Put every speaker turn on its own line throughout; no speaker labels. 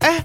哎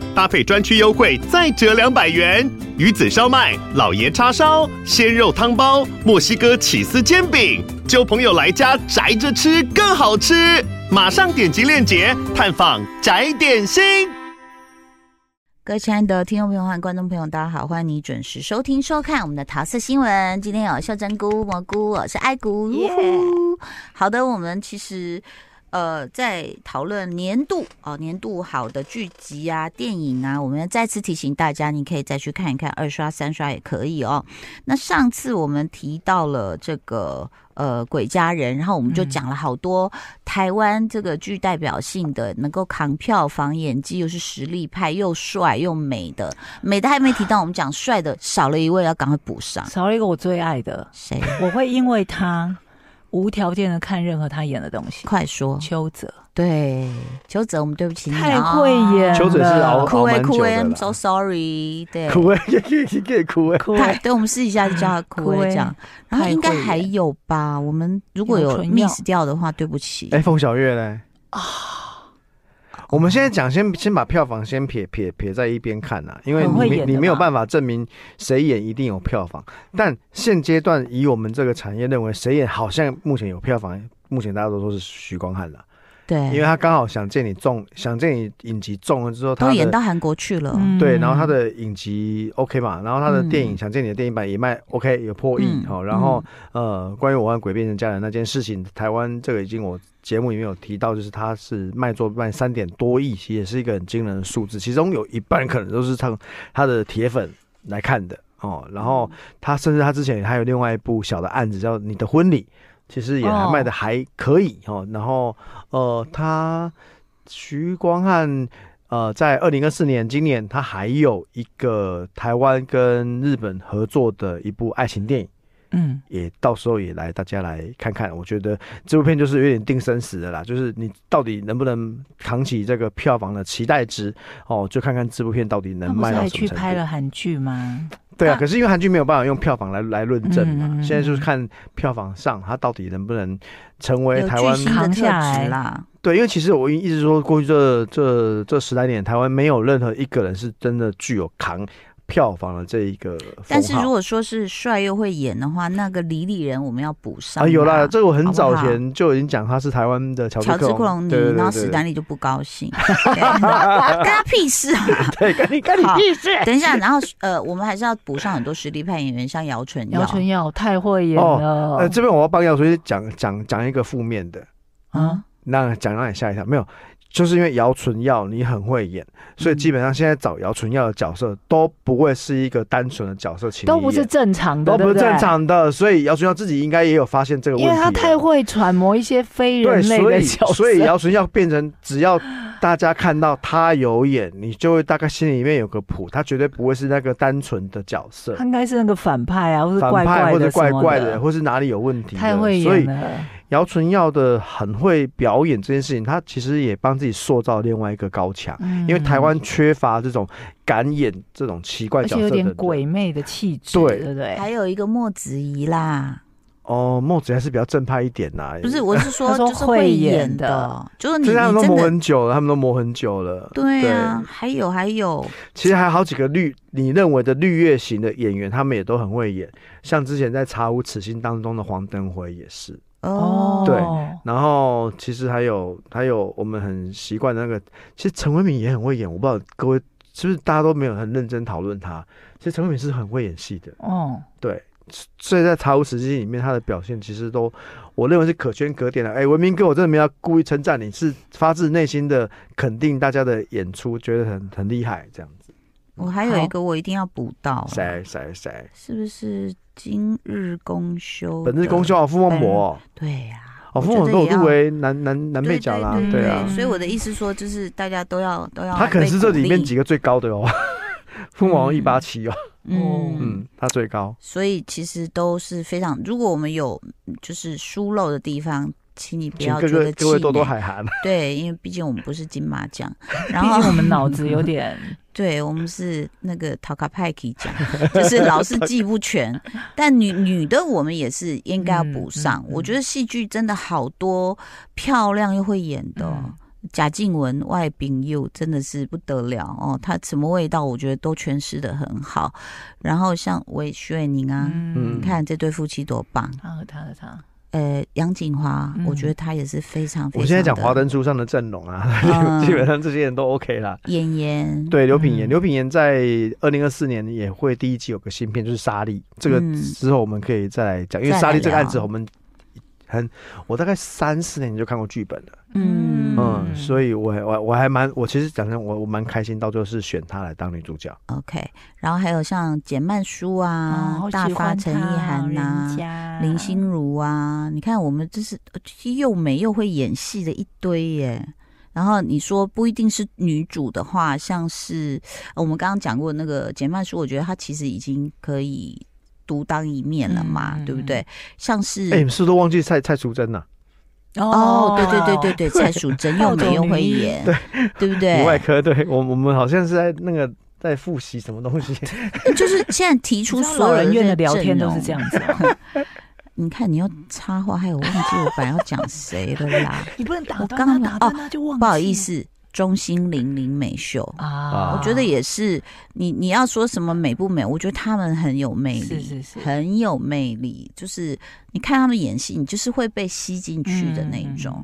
搭配专区优惠再折两百元。鱼子烧麦、老爷叉烧、鲜肉汤包、墨西哥起司煎饼，就朋友来家宅着吃更好吃。马上点击链接探访宅点心。
各位亲爱的听众朋友和观众朋友，大家好，欢迎你准时收听收看我们的桃色新闻。今天有秀珍菇、蘑菇，我是爱菇。
耶
呜呼好的，我们其实呃在讨论年度哦、年度好的剧集啊、电影啊，我们再次提醒大家，你可以再去看一看，二刷、三刷也可以哦。那上次我们提到了这个呃鬼家人，然后我们就讲了好多台湾这个具代表性的，能够扛票房、演技又是实力派，又帅又美的，美的还没提到，我们讲帅的少了一位，要赶快补上。
少了一个我最爱的，
谁？
我会因为他无条件的看任何他演的东西。
快说！
邱泽
对，邱泽，我们对不起你、啊
太会演了，
邱泽是熬
酷威
蛮久
酷
的
威
啦
欸，I'm so sorry。对，
哭 哎，也可以可以哭哎，
哭
他对我们私底下就叫他酷威这样。然后应该
太会
还
演
有吧，我们如果
欸有
有
纯药
miss 掉的话，对不起。
哎，凤小岳嘞啊，我们现在讲先先把票房先撇撇撇在一边看呐、因为
很
你
会
没
演的
你没有
嘛
办法证明谁演一定有票房，但现阶段以我们这个产业认为谁演好像目前有票房，目前大家都说是许光汉了，因为
对，
他刚好想见你中，想见你影集中了之后，他
都
的
演到韩国去了。
嗯
对，然后他的影集 OK 嘛，然后他的电影
嗯
《想见你的电影版》也卖 OK，有破亿
嗯
好、然后、呃，关于我和鬼变成家人那件事情，台湾这个已经我节目里面有提到，就是他是卖座卖三点多亿，其实也是一个很惊人的数字，其中有一半可能都是他他的铁粉来看的哦。
嗯
然后他甚至他之前还有另外一部小的案子叫《你的婚礼》，其实也
哦
还卖的还可以哦。然后呃，他徐光汉。呃，在二零二四年，今年他还有一个台湾跟日本合作的一部爱情电影，
嗯，
也到时候也来大家来看看。我觉得这部片就是有点定生死的啦，就是你到底能不能扛起这个票房的期待值哦，就看看这部片到底
他
能
不
卖
是
到
还
什么
去
程
拍
度
了。韩剧吗？
对啊，
那
可是因为韩剧没有办法用票房来来论证嘛，
嗯嗯嗯嗯
现在就是看票房上它到底能不能成为
有
台
巨
湾
星的
扛
特
下
质
来
啦，
对，因为其实我一直说，过去这这这十来年，台湾没有任何一个人是真的具有扛票房的这一个封号。
但是如果说是帅又会演的话，那个李李人我们要补上
啊有啦，
啦，
这个我很早
好不好
前就已经讲他是台湾的乔
乔治
治
克隆尼，
对对对
然后
对
史
对
丹利就不高兴， 对干他屁事啊！
对，跟你跟你
好
屁事。
等一下，然后呃，我们还是要补上很多实力派演员，像姚纯
姚
耀，
春耀太会演
哦
了，
呃，这边我要帮姚春讲讲讲一个负面的，
啊，
那讲让你吓一跳，没有，就是因为姚纯耀你很会演，
嗯
所以基本上现在找姚纯耀的角色都不会是一个单纯的角色，请你
都不是
演
正常的，
都不是
对对
正，常的，所以姚纯耀自己应该也有发现这个问
因
题
为
了，
他太会揣摩一些非
对，
人类
所
的
以
角色，
所以姚纯耀变成，只要大家看到他有演，你就会大概心里面有个谱，他绝对不会是那个单纯的角色
他，应该是那个反派啊，或是
反
怪
派
怪
或者
的
怪
什么
怪
的
的，，或是哪里有问题的。
太会
所
演
以
了，
姚纯耀的很会表演这件事情，他其实也帮自己塑造另外一个高墙，
嗯
因
因为台湾缺乏这种敢演这种奇怪
而且
角色
有
的
点
人。
鬼魅的气质，
对
对不
还
对？
有一个莫子仪啦，
哦，孟子还是比较正派一点呐、
不是，我是说
他说
就是
会
会
演
演的
的，
就是你
就是他
你
们都
真
磨
的
很久了，他们都磨很久了。
对啊，还有还有，
其实还有好几个绿你认为的绿叶型的演员，他们也都很会演，像之前在《查无此心》当中的黄登辉也是。
哦，
对然后其实还有还有我们很习惯的那个，其实陈伟敏也很会演，我不知道各位是不是大家都没有很认真讨论他。其实陈伟敏是很会演戏的，
哦，
对。所以在《查无此心》里面，他的表现其实都，我认为是可圈可点的。哎，文明哥，我真的没有故意称赞你，是发自内心的肯定大家的演出，觉得很很厉害这样子。
我还有
好
一个我一定要补到，
谁谁谁，
是不是今日公休？
本日公休，啊，傅孟博哦、
对呀，
哦，
我
傅
觉
孟
得
博
也要
入围男男男
对
配角啦
对，
对啊
对，所以我的意思说，就是大家都要都要，
他可能是这里面，几个最高的哦，傅孟博一八七哦，
嗯。
嗯，他最高，
所以其实都是非常，如果我们有嗯就是疏漏的地方，请你不
请
要
各
觉
位
得
各位
气
多多
馁
海涵。
对，因为毕竟我们不是金马 奖，然
毕
后
竟 我们脑子有点
对我们是那个塔卡派克奖，就是老是记不全。但女女的我们也是应该要补上。
嗯嗯嗯
我觉得戏剧真的好多漂亮又会演的、哦。
嗯
贾静雯、外宾又真的是不得了哦，她什么味道我觉得都诠释的很好。然后像韦炫宁啊，
嗯
你看这对夫妻多棒。
他和他的他，
呃，杨锦华，
嗯
我觉得她也是非常非常。
我现在讲《华，灯初上》的阵容啊，
嗯
基本上这些人都 OK 啦。
妍妍，
对，刘品言，
嗯
刘品言在二零二四年也会第一季有个新片，就是《沙粒》。这个
嗯
之后我们可以再来讲，因为
再
《
来
沙粒》这个案子
聊
我们很，我大概三四年就看过剧本了，
嗯
嗯，所
以
以我我我还蛮，我其实讲真，我我蛮开心，到最后是选她来当女主角。
OK，然后还有像简曼书啊、
哦
大发、陈意涵呐、
呐
林心如啊，你看我们这是呃又美又会演戏的一堆耶。然后你说不一定是女主的话，像是呃我们刚刚讲过那个简曼书，我觉得她其实已经可以独当一面了嘛，
嗯嗯
对不对？像是、
哎，你们是不是都忘记蔡蔡淑珍了？
哦，对对对对对，蔡淑 珍又美又会演，对不对？
国外科对，我我们好像是在那个在复习什么东 西。
哎就是现在提
你
出
知道
所
老
有
人
这
院
些
的聊天
阵
都是
容
这样 子哦，
你看，你又插话，还有忘记我本来要讲谁了 啦？
你不能打
我
断
刚刚
他，
哦
打断他啊就忘记。
不好意思，钟欣凌林美秀，
啊，
我觉得也是。你你要说什么美不美？我觉得他们很有魅力，
是是是
很有魅力。就是你看他们演戏，你就是会被吸进去的那一种。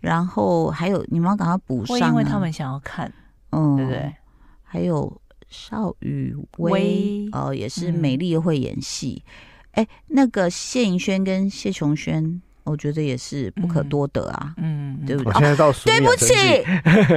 然后还有，你们要赶快补
会
上、啊，
因为他们想要看，
嗯，
对不对？？
还有邵雨
薇
薇，哦、也是
嗯
美丽又会演戏。哎、那个谢盈萱跟谢琼萱，我觉得也是不可多得啊，
嗯，
对不
我
对？
现
哦
在到数
对不起，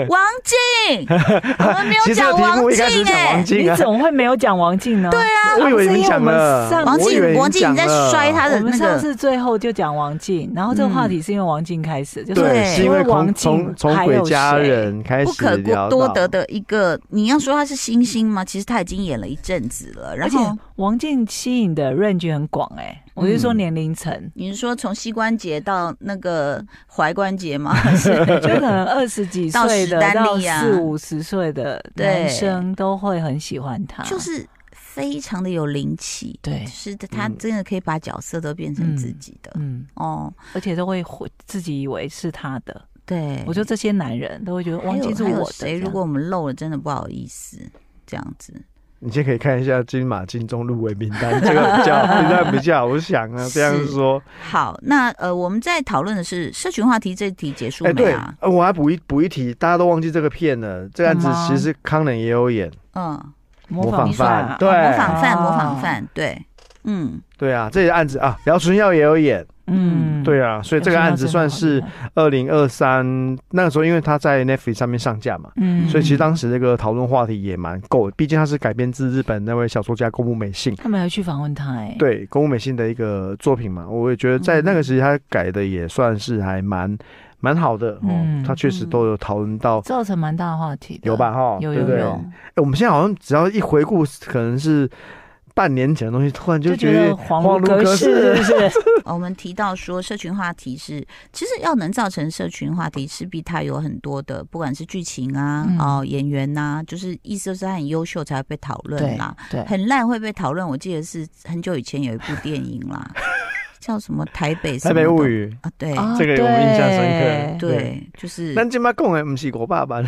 王静， 我们没
其
有
实这
讲
个题目一开始
静
讲
哎、
王 静
你
啊
怎，么会没有讲王静呢？对啊，
我以为你们讲
我们
了
上，
王
我以为
静，王静
讲
你在
了
摔他的
我们
那
上
个，嗯
次最后就讲王静，然后这个话题是因为王静开始，就是
对
是因为
王
从
静
从从
还
鬼
有
家
谁
人开
不
始
可
聊
多
到
得的一个。你要说他是星星吗？其实他已经演了一阵子了。然
而且
后
王静吸引的 range 很广哎、我是说
嗯
年龄层，
你是说从膝关节到那个踝关节 吗？是
就可能二十几
到
岁
史
的
丹
到
利啊
四五十岁的
对
男生都会很喜欢他，
就是非常的有灵气，
啊对
是的，他
嗯
真的可以把角色都变成自己的。
嗯，
哦，
而且都会回自己以为是他的。
对，
我觉得这些男人都会觉得
嗯还
王
有
静是
还
我
有
的这
谁？
样。
如果我们漏了，真的不好意思，这样子。
你先可以看一下金马金钟入围名单，这个比较比较比较，我想啊，这样
是
说，
好，那呃，我们在讨论的是社群话题这一题结束
哎，
没
对
啊？，
呃我还补一补一题，大家都忘记这个片了。这个案子
干嘛
其实康能也有演，
嗯，
模
模仿
犯
犯
啊，
对
模仿犯，
哦
模仿犯，对，嗯，
对啊，这个案子啊，姚春耀也有演，
嗯
对啊，所以这个案子算是，二零二三那个时候，因为他在 Netflix 上面上架嘛，
嗯
所以其实当时这个讨论话题也蛮够的，毕竟它是改编自日本那位小说家宫部美幸。
他们还去访问他哎、
对宫部美幸的一个作品嘛，我也觉得在那个时期他改的也算是还蛮蛮好的哦
嗯，
他确实都有讨论到
造成蛮大的话题的，
有吧？哈，
有
对
有
不
嗯
对？
有
哎，，我们现在好像只要一回顾，可能是半年前的东西，突然
就
觉
觉
得
得
恍
恍
如
如隔
隔
世，
世。
是 不是？
哦我们提到说，社群话题是，其实要能造成社群话题，势必它有很多的，不管是剧情啊、
嗯
哦演员呐、就是意思就是他很优秀才会被讨论啦，
对，
很烂会被讨论。我记得是很久以前有一部电影 啦，叫什么台北什
台
么
北
的
物语，
啊，对、
啊
这个我们印象深
对
刻
对，就是
咱今麦讲哎的不是我爸爸，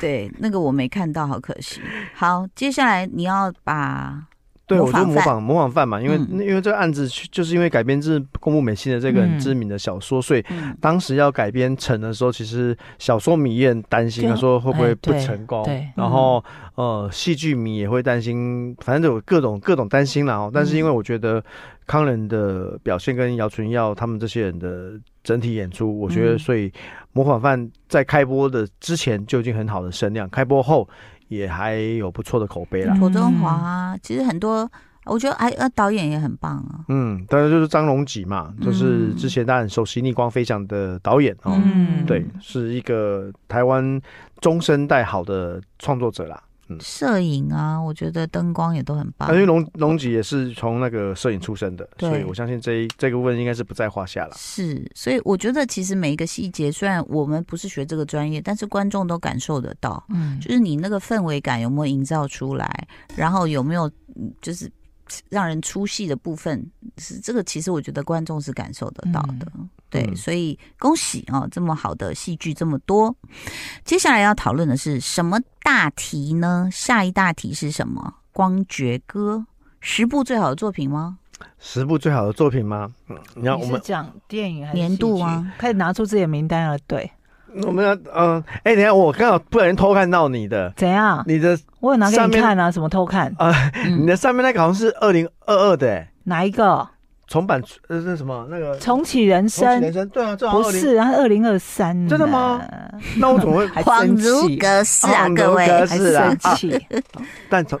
对那个我没看到，好可惜。好，接下来你要把
对，
模
我就
仿
模
犯
仿模仿犯嘛，因为、
嗯
因为这个案子去就是因为改编自宫部美幸的这个很
嗯
知名的小说，所以
嗯
当时要改编成的时候，其实小说迷也很担心，
就
他说会不会
哎
不
对
成功？
对嗯
然后呃，戏剧迷也会担心，反正有各种各种担心啦哦。但是
嗯
因为我觉得康仁的表现跟姚纯耀他们这些人的整体演出，我觉得
嗯
所以《模仿犯》在开播的之前就已经很好的声量，开播后也还有不错的口碑啦。
妥中华啊，其实很多，我觉得哎，呃，导演也很棒啊。
嗯，当然就是张荣吉嘛，就是
嗯
之前大家很熟悉《逆光飞翔》的导演哦。
嗯
对，是一个台湾中生代好的创作者啦。嗯
摄影啊，我觉得灯光也都很
啊
棒
啊那因。为龙龙吉也是从那个摄影出身的，
对
所以我相信这一这个部分应该是不在话下了。
是，所以我觉得其实每一个细节，虽然我们不是学这个专业，但是观众都感受得到，
嗯，
就是你那个氛围感有没有营造出来，然后有没有嗯就是让人出戏的部分，是这个其实我觉得观众是感受得到的。对，
嗯
所以恭喜哦，这么好的戏剧这么多。接下来要讨论的是什么大题呢？下一大题是什么？光觉歌十部最好的作品吗？
十部最好的作品吗？嗯，你看
你
我
是
们
讲电影还是
年度啊
戏剧？开始拿出自己的名单了，对，
我们要嗯，哎、等一下我刚好不小心偷看到你的，
怎样？
你的
我有拿给
上
你
面
看啊，什么偷看？
你
嗯，
的上面那个好像是二零二二的、哎，
哪一个？
重版呃是什么那个
重启人
重启
生
人？生对啊，这好像
不是，然后二零二三，
真的吗？20，那我怎么会？
还
恍
生
如
气，
隔世啊，
恍
各
如隔
位
世。
还
是啊
生气，
但从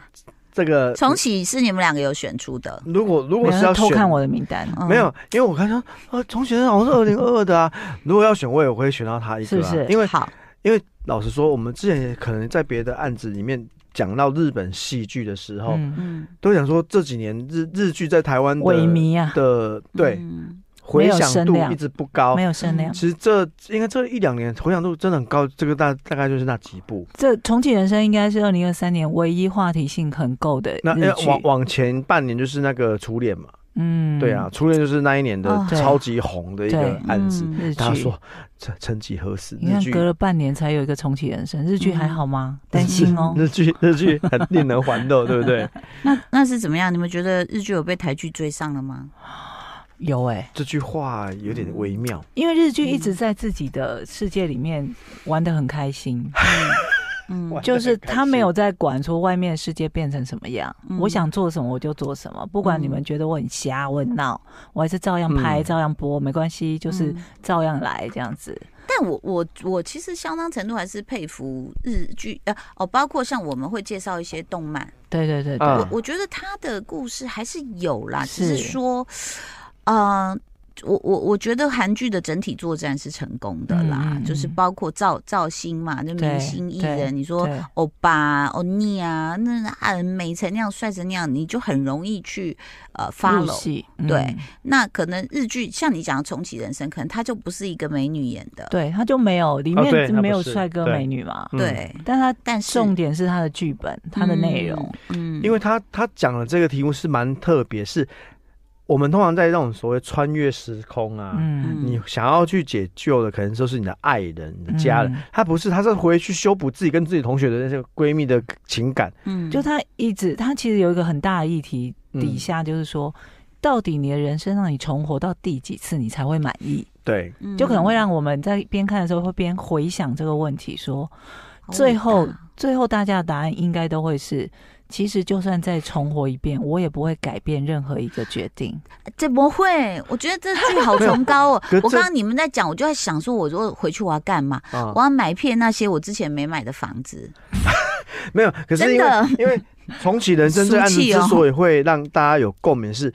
这个
重启是你们两个有选出的，
如果如
没
果
有
是要
偷
选
看我的名单，啊
嗯
没有，因为我看到呃，重启人生好像是二零二二的啊。 如果要选，我也会选到他一个、啊，
是不是
因为
嗯好，
因为老实说，我们之前也可能在别的案子里面讲到日本戏剧的时候，
嗯，
嗯，
都想说这几年日日剧在台湾的
萎靡啊，
的对、
嗯
回响
声
度
量
一直不高
没。有声量。
其实这应该这一两年回响度真的很高，这个大大概就是那几部。
这重启人生应该是二零二三年唯一话题性很够的
那
日
呃
剧，
往往前半年就是那个初恋嘛，
嗯，
对啊，，初恋就是那一年的
哦
对
超级红的一个
对
案子。
嗯
日剧。
他说：“曾曾几何时，
你
日
看，
剧嗯
隔了半年才有一个重启人生，日剧还好吗？担心哦。
日 剧日剧很令人欢乐，对不对？
那那是怎么样？你们觉得日剧有被台剧追上了吗？
有哎、
这句话有点微妙。
因为日剧一直在自己的世界里面玩的很开心，
嗯
哇
就是他没有在管说外面的世界变成什么样，
嗯
我想做什么我就做什么，不管你们觉得我很瞎、我很闹，我还是照样拍、
嗯
照样播，没关系，就是
嗯
照样来这样子。
但我我我其实相当程度还是佩服日剧，呃哦，包括像我们会介绍一些动漫，
对对对对，
啊
我我觉得他的故事还是有啦，
是
只是说，呃。我我我觉得韩剧的整体作战是成功的啦，
嗯嗯嗯
就是包括造造星嘛，就明星艺
对
人，你说
对
欧巴、欧尼啊，那啊美成那样、帅成那样，你就很容易去呃
入
follow。
戏，嗯
对那可能日剧像你讲的重启人生，可能她就不是一个美女演的，
对，他就没有里
哦对
面
他不
没有
是
帅哥
对
美女嘛，
嗯
对，
但他
但是
重点是他的剧本，他的内容。
嗯，嗯
因为他他讲的这个题目是蛮特别，是我们通常在那种所谓穿越时空啊，
嗯，
你想要去解救的，可能就是你的爱人、你的家人
嗯。
他不是，他是回去修补自己跟自己同学的那些闺蜜的情感。
嗯
就他一直，他其实有一个很大的议题
嗯
底下，就是说，
嗯
到底你的人生让你重活到第几次，你才会满意？
对，
嗯
就可能会让我们在边看的时候，会边回想这个问题，说，
哦好伟
最后
大
最后大家的答案应该都会是，其实就算再重活一遍，我也不会改变任何一个决定。
这不会，我觉得这这个好崇高哦
没有。可
我
这
刚刚你们在讲，我就在想说，我如果回去我要干嘛？
啊
我要买一片那些我之前没买的房子。
没有，可是因为
真
因为重启人生 这案子
俗气
之
哦
所以会让大家有共鸣，是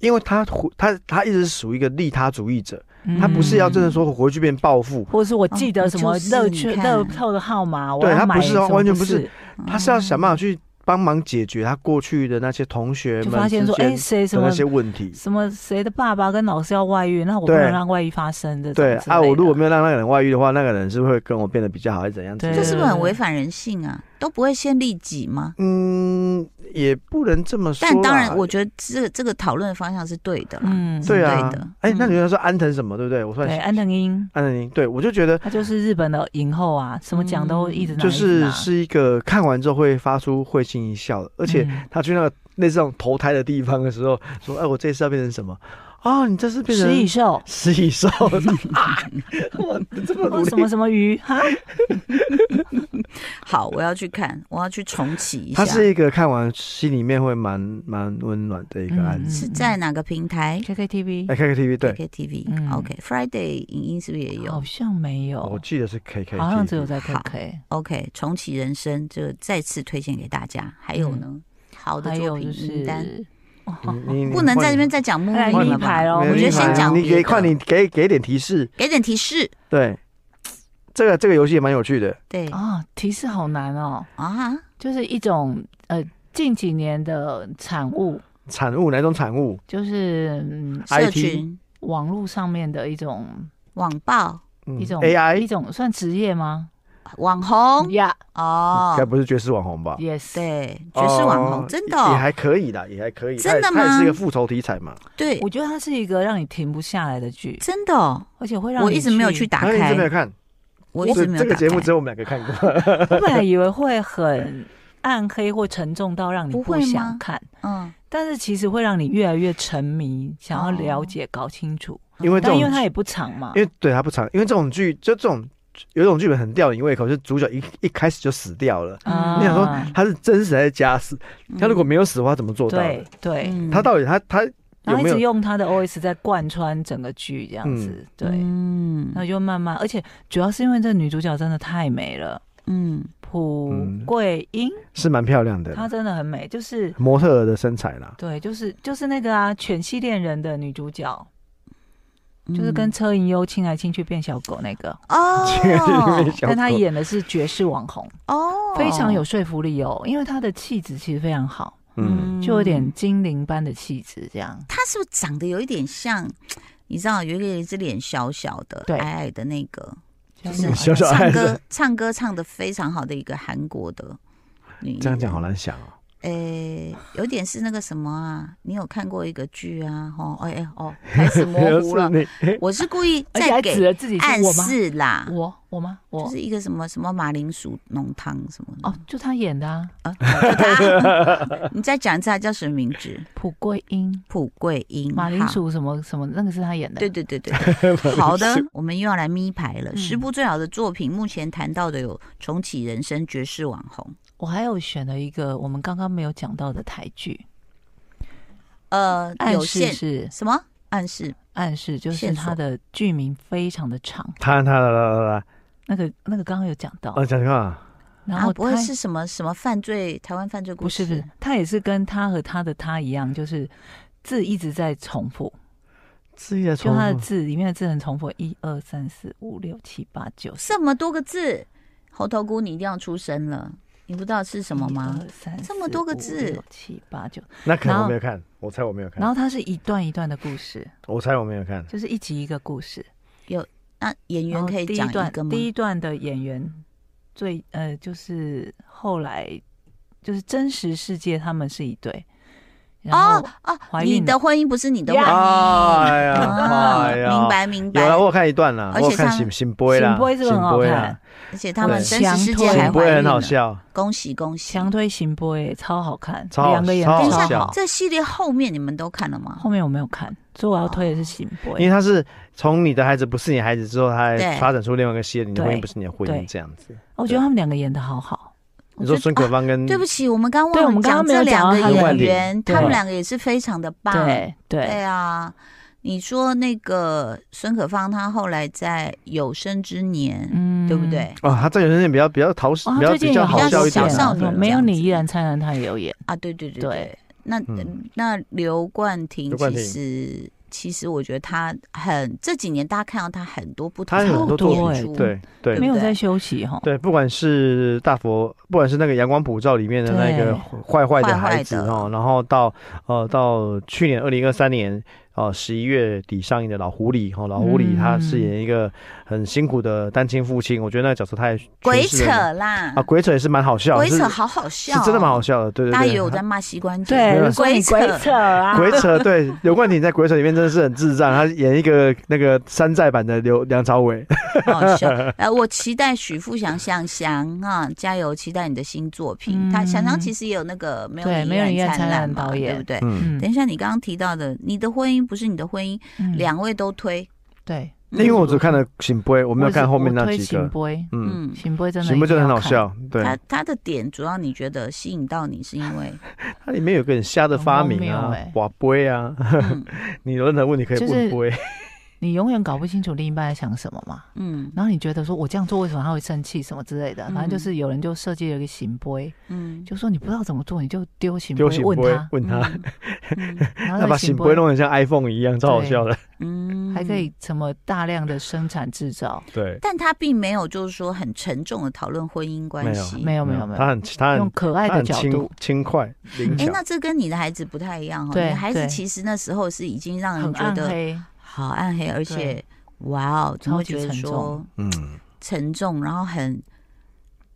因为他他他一直是属于一个利他主义者，
嗯
他不是要真的说我回去变暴富，
或者是我记得什
嗯
么
哦就是
乐趣
你看
乐透的号码，我
对
要
他不
买
是
什么
完全不
不
是他是要想办法去帮忙解决他过去的那些同学
就
们
发现说，
之间
哎，谁什
的
么
那些问题。
什么谁的爸爸跟老师要外遇，那我不
对
能让外遇发生这种
对
之
啊，
类
我如果
的
没有让那个人外遇的话，那个人是会跟我变得比较好，还是怎样？
对
这是不是很违反人性啊？都不会先利己吗？
嗯，也不能这么说啦。
但当然，我觉得这个这个讨论的方向是对的啦。
嗯
是
对啊
的。。
哎，那
嗯
你要说安藤什么，对不对？我突然
对啊
想
安藤英，
安藤英，对我就觉得
她就是日本的影后啊，什么奖都一直拿，
嗯就
一直
是
拿
是一个看完之后会发出会心一笑的，而且
嗯
他去那个类似那种投胎的地方的时候，说：“哎，我这次要变成什么？啊，你这次变成
食蚁兽
食蚁兽，啊 我这么
或
努
什么
力。”
什么鱼哈，
好，我要去看，我要去重启一下
他。是一个看完心里面会蛮蛮温暖的一个案
嗯
子。
是在哪个平台
KKTV
哎，KKTV 对，
？KTV。
嗯
OK，Friday 影音是不是也有
好？像没有，
我记得是 KK，
好像只有在
好
KK。
OK，重启人生这个再次推荐给大家。还有呢，好的
嗯还
作
有
品
就
名
是
单，
你你你
不能在这边再讲木
来
鱼
你
了
排
吧？
哦
没有
我觉得
你
先讲
你
别
给快，
的，
你给给点提示。
给点提示。
对，这个这个游戏也蛮有趣的。
对
啊，提示好难哦，
啊，
就是一种呃近几年的产物，
产物哪种产物？
就是、嗯、
社
IT
群
网络上面的一种
网暴、
嗯
一种
AI
一种算职业吗？
网红
呀
哦
嗯该，不是爵士网红吧？
，yes，，
对，爵士网红
哦
真的
也也
哦
还可以的，也还可以。
真的
它也它也
吗
是一个复仇题材嘛，
对
我，觉得它是一个让你停不下来的剧，
真的哦，
而且会让
我
你
一直没有去，打
那你一直没
开，
有看，
我一直没有打
这个
开
节目只有我们两个看过。
我本来以为会很暗黑或沉重到让你
不
不
会吗
想看，
嗯，
但是其实会让你越来越沉迷，想要了解、搞清楚。
因哦为这
但
种
因为它也不长嘛，
因为对它不长，因为这种剧就这种有一种剧本很吊你胃口，就是主角一一开始就死掉了。
啊
嗯
你想说他是真死还是假死？他如果没有死的话，怎么做到的
对？对，
嗯
他到底他他
然
有
后一
没
直
有？
用他的 OS 在贯穿整个剧这样子，对，
嗯
那就慢慢，而且主要是因为这女主角真的太美了，
嗯，
朴
嗯
桂英，
是蛮漂亮的，
她真的很美，就是
模特儿的身材啦。
对，就是就是那个啊，《犬系恋人》的女主角，
嗯
就是跟车银优亲来亲去变小狗那个，
哦
小
但她
狗
演的是爵士网红，
哦，
非常有说服力哦，因为她的气质其实非常好，
嗯，
就有点精灵般的气质这样。
他是不是长得有一点像？你知道有一个有一只脸小小的、
对
矮矮的那个，
就是
小小
唱
孩子
歌唱歌唱的非常好的一个韩国的女艺
这样讲
人
好难想哦。
诶、有点是那个什么啊？你有看过一个剧啊？哦，哎、哎哦，开始模糊 了。
是你
我是故意
而且还
在
指
给
了自己
暗
是我吗？
示啦，
我我吗？我、
就是一个什么什么马铃薯浓汤什么 的。
哦，就她演的啊，
啊，就他，你再讲一次，他叫什么名字？
蒲桂英、
蒲桂英，
马铃
嗯好
薯什么什么，那个是她演的。
对对对对， 好的，我们又要来咪牌了。
嗯
十部最好的作品，目前谈到的有《重启人生》《绝世网红》。
我还有选了一个我们刚刚没有讲到的台剧，
呃，
暗
有
示
限
是
什么暗示？
暗示，就是
线索
它的剧名非常的长。
他他啦啦啦啦，
那个那个刚刚有讲到，
我讲什么？
然
呃啊，
后
不会
它
是什么什么犯罪？台湾犯罪故
不
事？
是不是，他也是跟他和他的他一样，就是字一直在重复，
自己在
就
重
他的
复
字里面的字很重复，一二三四五六七八九十
这么多个字，猴头菇你一定要出声了，你不知道是什么吗？？这么多个字
七八九，
那可能
然
我
后
没有看，我猜我没有
然
看，
后它是一段一段的故事，
我猜我没有看。
就是一集一个故事。
那演员可以
哦第一
讲一个
段
吗？哦
第一段的演员最呃，就是后来就是真实世界他们是一对，然后
哦哦，
怀孕
你
了
的婚姻不是你的婚
Yeah
姻。
哎呀，
啊
哎呀，
明白明白
有，了，我有看一段啦，
而
我
且
有看
他
醒醒杯啦，
醒杯是不是很好
醒杯
看
啦，
而且他们
对
真实世界还
强
醒
怀
杯
孕
很好
了，
笑，
恭喜恭喜！
强推行波哎，超好看，
超好
两个演
超
等一
得
哦好
超
下
笑
好，。
这系列后面你们都看了吗？
后面我没有看，所以我要推的是行波
因为他是从你的孩子不是你孩子之后，他还
对
发展出另外一个系列，你的婚姻
对
不是你的婚
对
姻这样子。
我觉得他们两个演的好好，
你说
我觉得
孙可芳跟
对不起，我们刚
对我
忘了
们刚
讲
刚没
这
有
两
讲
个
到
他
演
们
员，
对
他们两个也是非常的棒。
对
对
对，
啊，你说那个孙可芳，她后来在有生之年，
嗯
对不？对？
哦，他这个人也比较比较讨喜，
哇，
比
他
较
最近
比
有
较
好
好
多
笑一
小
点
片
啦。
少
啊
女
对
没有
这样
你
子
依然灿烂，他也有演，
啊，对对对
对
对。那、
嗯
那刘冠廷
刘冠
其
廷
实其实我觉得他很这几年大家看到他很多不同
他有很多
的
作品
演出，
对对
没有
对
在休息哈。
对，不管是大佛，不管是那个阳光普照里面的那
对
个坏坏的孩子
坏坏的
哦，然后到呃到去年二零二三年哦十一月底上映的老狐狸哦，老狐狸
嗯
他饰演一个很辛苦的单亲父亲，我觉得那个角色他也
鬼
诠释
扯
得很
啦，
啊，鬼扯也是蛮好笑，
鬼
是
扯好好笑、哦
是真的蛮好。笑的，对对对，
大家也有在骂膝关节，
没有
对，
鬼扯
鬼扯啊，
鬼扯，对，刘冠廷在鬼扯里面真的是很智障，他演一个那个山寨版的刘梁朝伟，
好好笑。呃，我期待许富祥向翔啊，加油！期待你的新作品。
嗯
他翔翔其实也有那个没有
对
你
没有
依
你依
然
然
灿
灿
烂
烂
嘛
导演
对不对？
嗯，
嗯
等一下，你刚刚提到的，你的婚姻不是你的婚姻，
嗯
两位都推。嗯
对，
因为我只看了醒杯，我
我
没有看后面
我
那
推
几
行
个，
波，
嗯，
嗯，
行波真的
醒杯真的很好
一定要看，
笑，对，
他他的点主要你觉得吸引到你是因 为，
它里面有个很瞎的发明
很荒
啊
谬欸，
瓦杯啊，
嗯
你有任何问题可以
就是
问杯，
你永远搞不清楚另一半在想什么嘛。
嗯
然后你觉得说我这样做为什么他会生气什么之类的，
嗯
反正就是有人就设计了一个行杯，
嗯，
就说你不知道怎么做，你就丢行杯
丢醒
问
不会
他，
问他，
嗯，
然后
他
那
把
个
醒
行
不会弄得像 iPhone 一样，超好笑的。
嗯，嗯
还可。以什么大量的生产制造，
对，
但他并没有就是说很沉重的讨论婚姻关系，
没有没有没
嗯他
有，
很他
用
很
可爱
他
的
很
角
轻
度，嗯
轻快灵
哎、
巧。
那这跟你的孩子不太一样哦。你
对
的孩子
对
其实那时候是已经让
很
人觉
暗
得
黑，
好暗黑，而且哇哦，怎么会觉得
超级沉
说
重
嗯，
沉重，然后很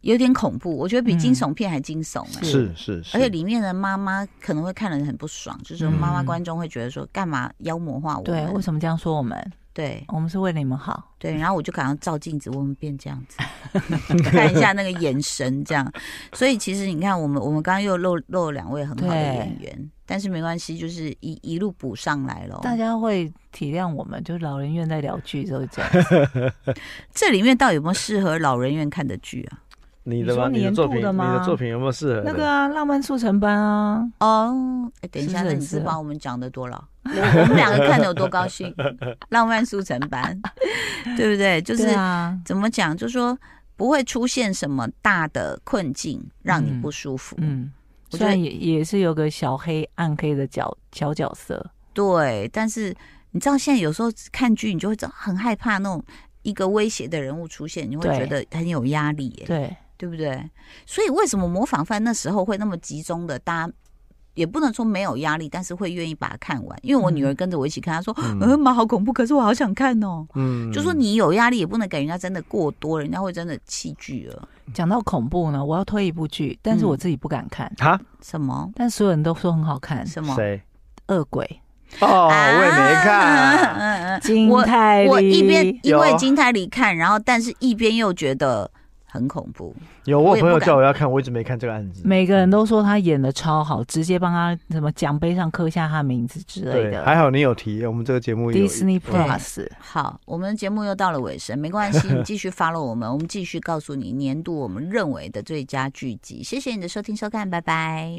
有点恐怖？我觉得比惊
嗯
悚片还惊悚哎、
是是是，
而且里面的妈妈可能会看了很不爽，就是
嗯
妈妈观众会觉得说，干嘛妖魔化我
对，
们？
为什么这样说我们？
对
我们是为了你们好，
对，然后我就赶快照镜子，我们变这 样子，看一下那个眼神，这样。所以其实你看，我们我们刚刚又漏漏了两位很好的
对
演员，但是没关系，就是一一路补上来了。
大家会体谅我们，就是老人院在聊剧都是这样。
这里面到底有没有适合老人院看的剧啊？
你
你
的
说
吗？你的
年
作
度
品，
的
你的
吗
作品有没有适合的？
那个啊，浪漫速成班啊，
哦，哎等一下，
是
那
不是很
你是
适合
把我们讲的多了，我我们两个看的有多高兴，浪漫速成 班，对不对？就是
对啊，
怎么讲，就说不会出现什么大的困境让你不舒服。
嗯，
我
虽
觉得
然也也是有个小黑暗黑的角小角色，
对，但是你知道现在有时候看剧，你就会知道很害怕那种一个威胁的人物出现，你会
对
觉得很有压力耶，
对，
对不对？所以为什么模仿犯那时候会那么集中的大家？也不能说没有压力，但是会愿意把它看完。因为我女儿跟着我一起看，她说：“
嗯
嗯，妈好恐怖，可是我好想看哦。
嗯，
就说你有压力，也不能给人家真的过多，人家会真的弃剧了。
嗯
讲到恐怖呢，我要推一部剧，但是
嗯
我自己不敢看，
哈
什么
但所有人都说很好看，《
什么？
谁？
恶鬼
哦，
啊
我也没
嗯
看。
嗯嗯》，
金
我
泰
我一边
梨
因为
有
金泰梨看，然后但是一边又觉得很恐怖。
有我
我也
有朋
不
友
敢
叫我要看，我一直没看这个案子。
每个人都说他演的超好，直接帮他什么奖杯上刻下他的名字之类
对，还
的。
好你有提，我们这个节目有
Disney Plus，
好，我们节目又到了尾声，没关系，你继续 follow 我们，我们继续告诉你年度我们认为的最佳剧集。谢谢你的收听收看，拜拜。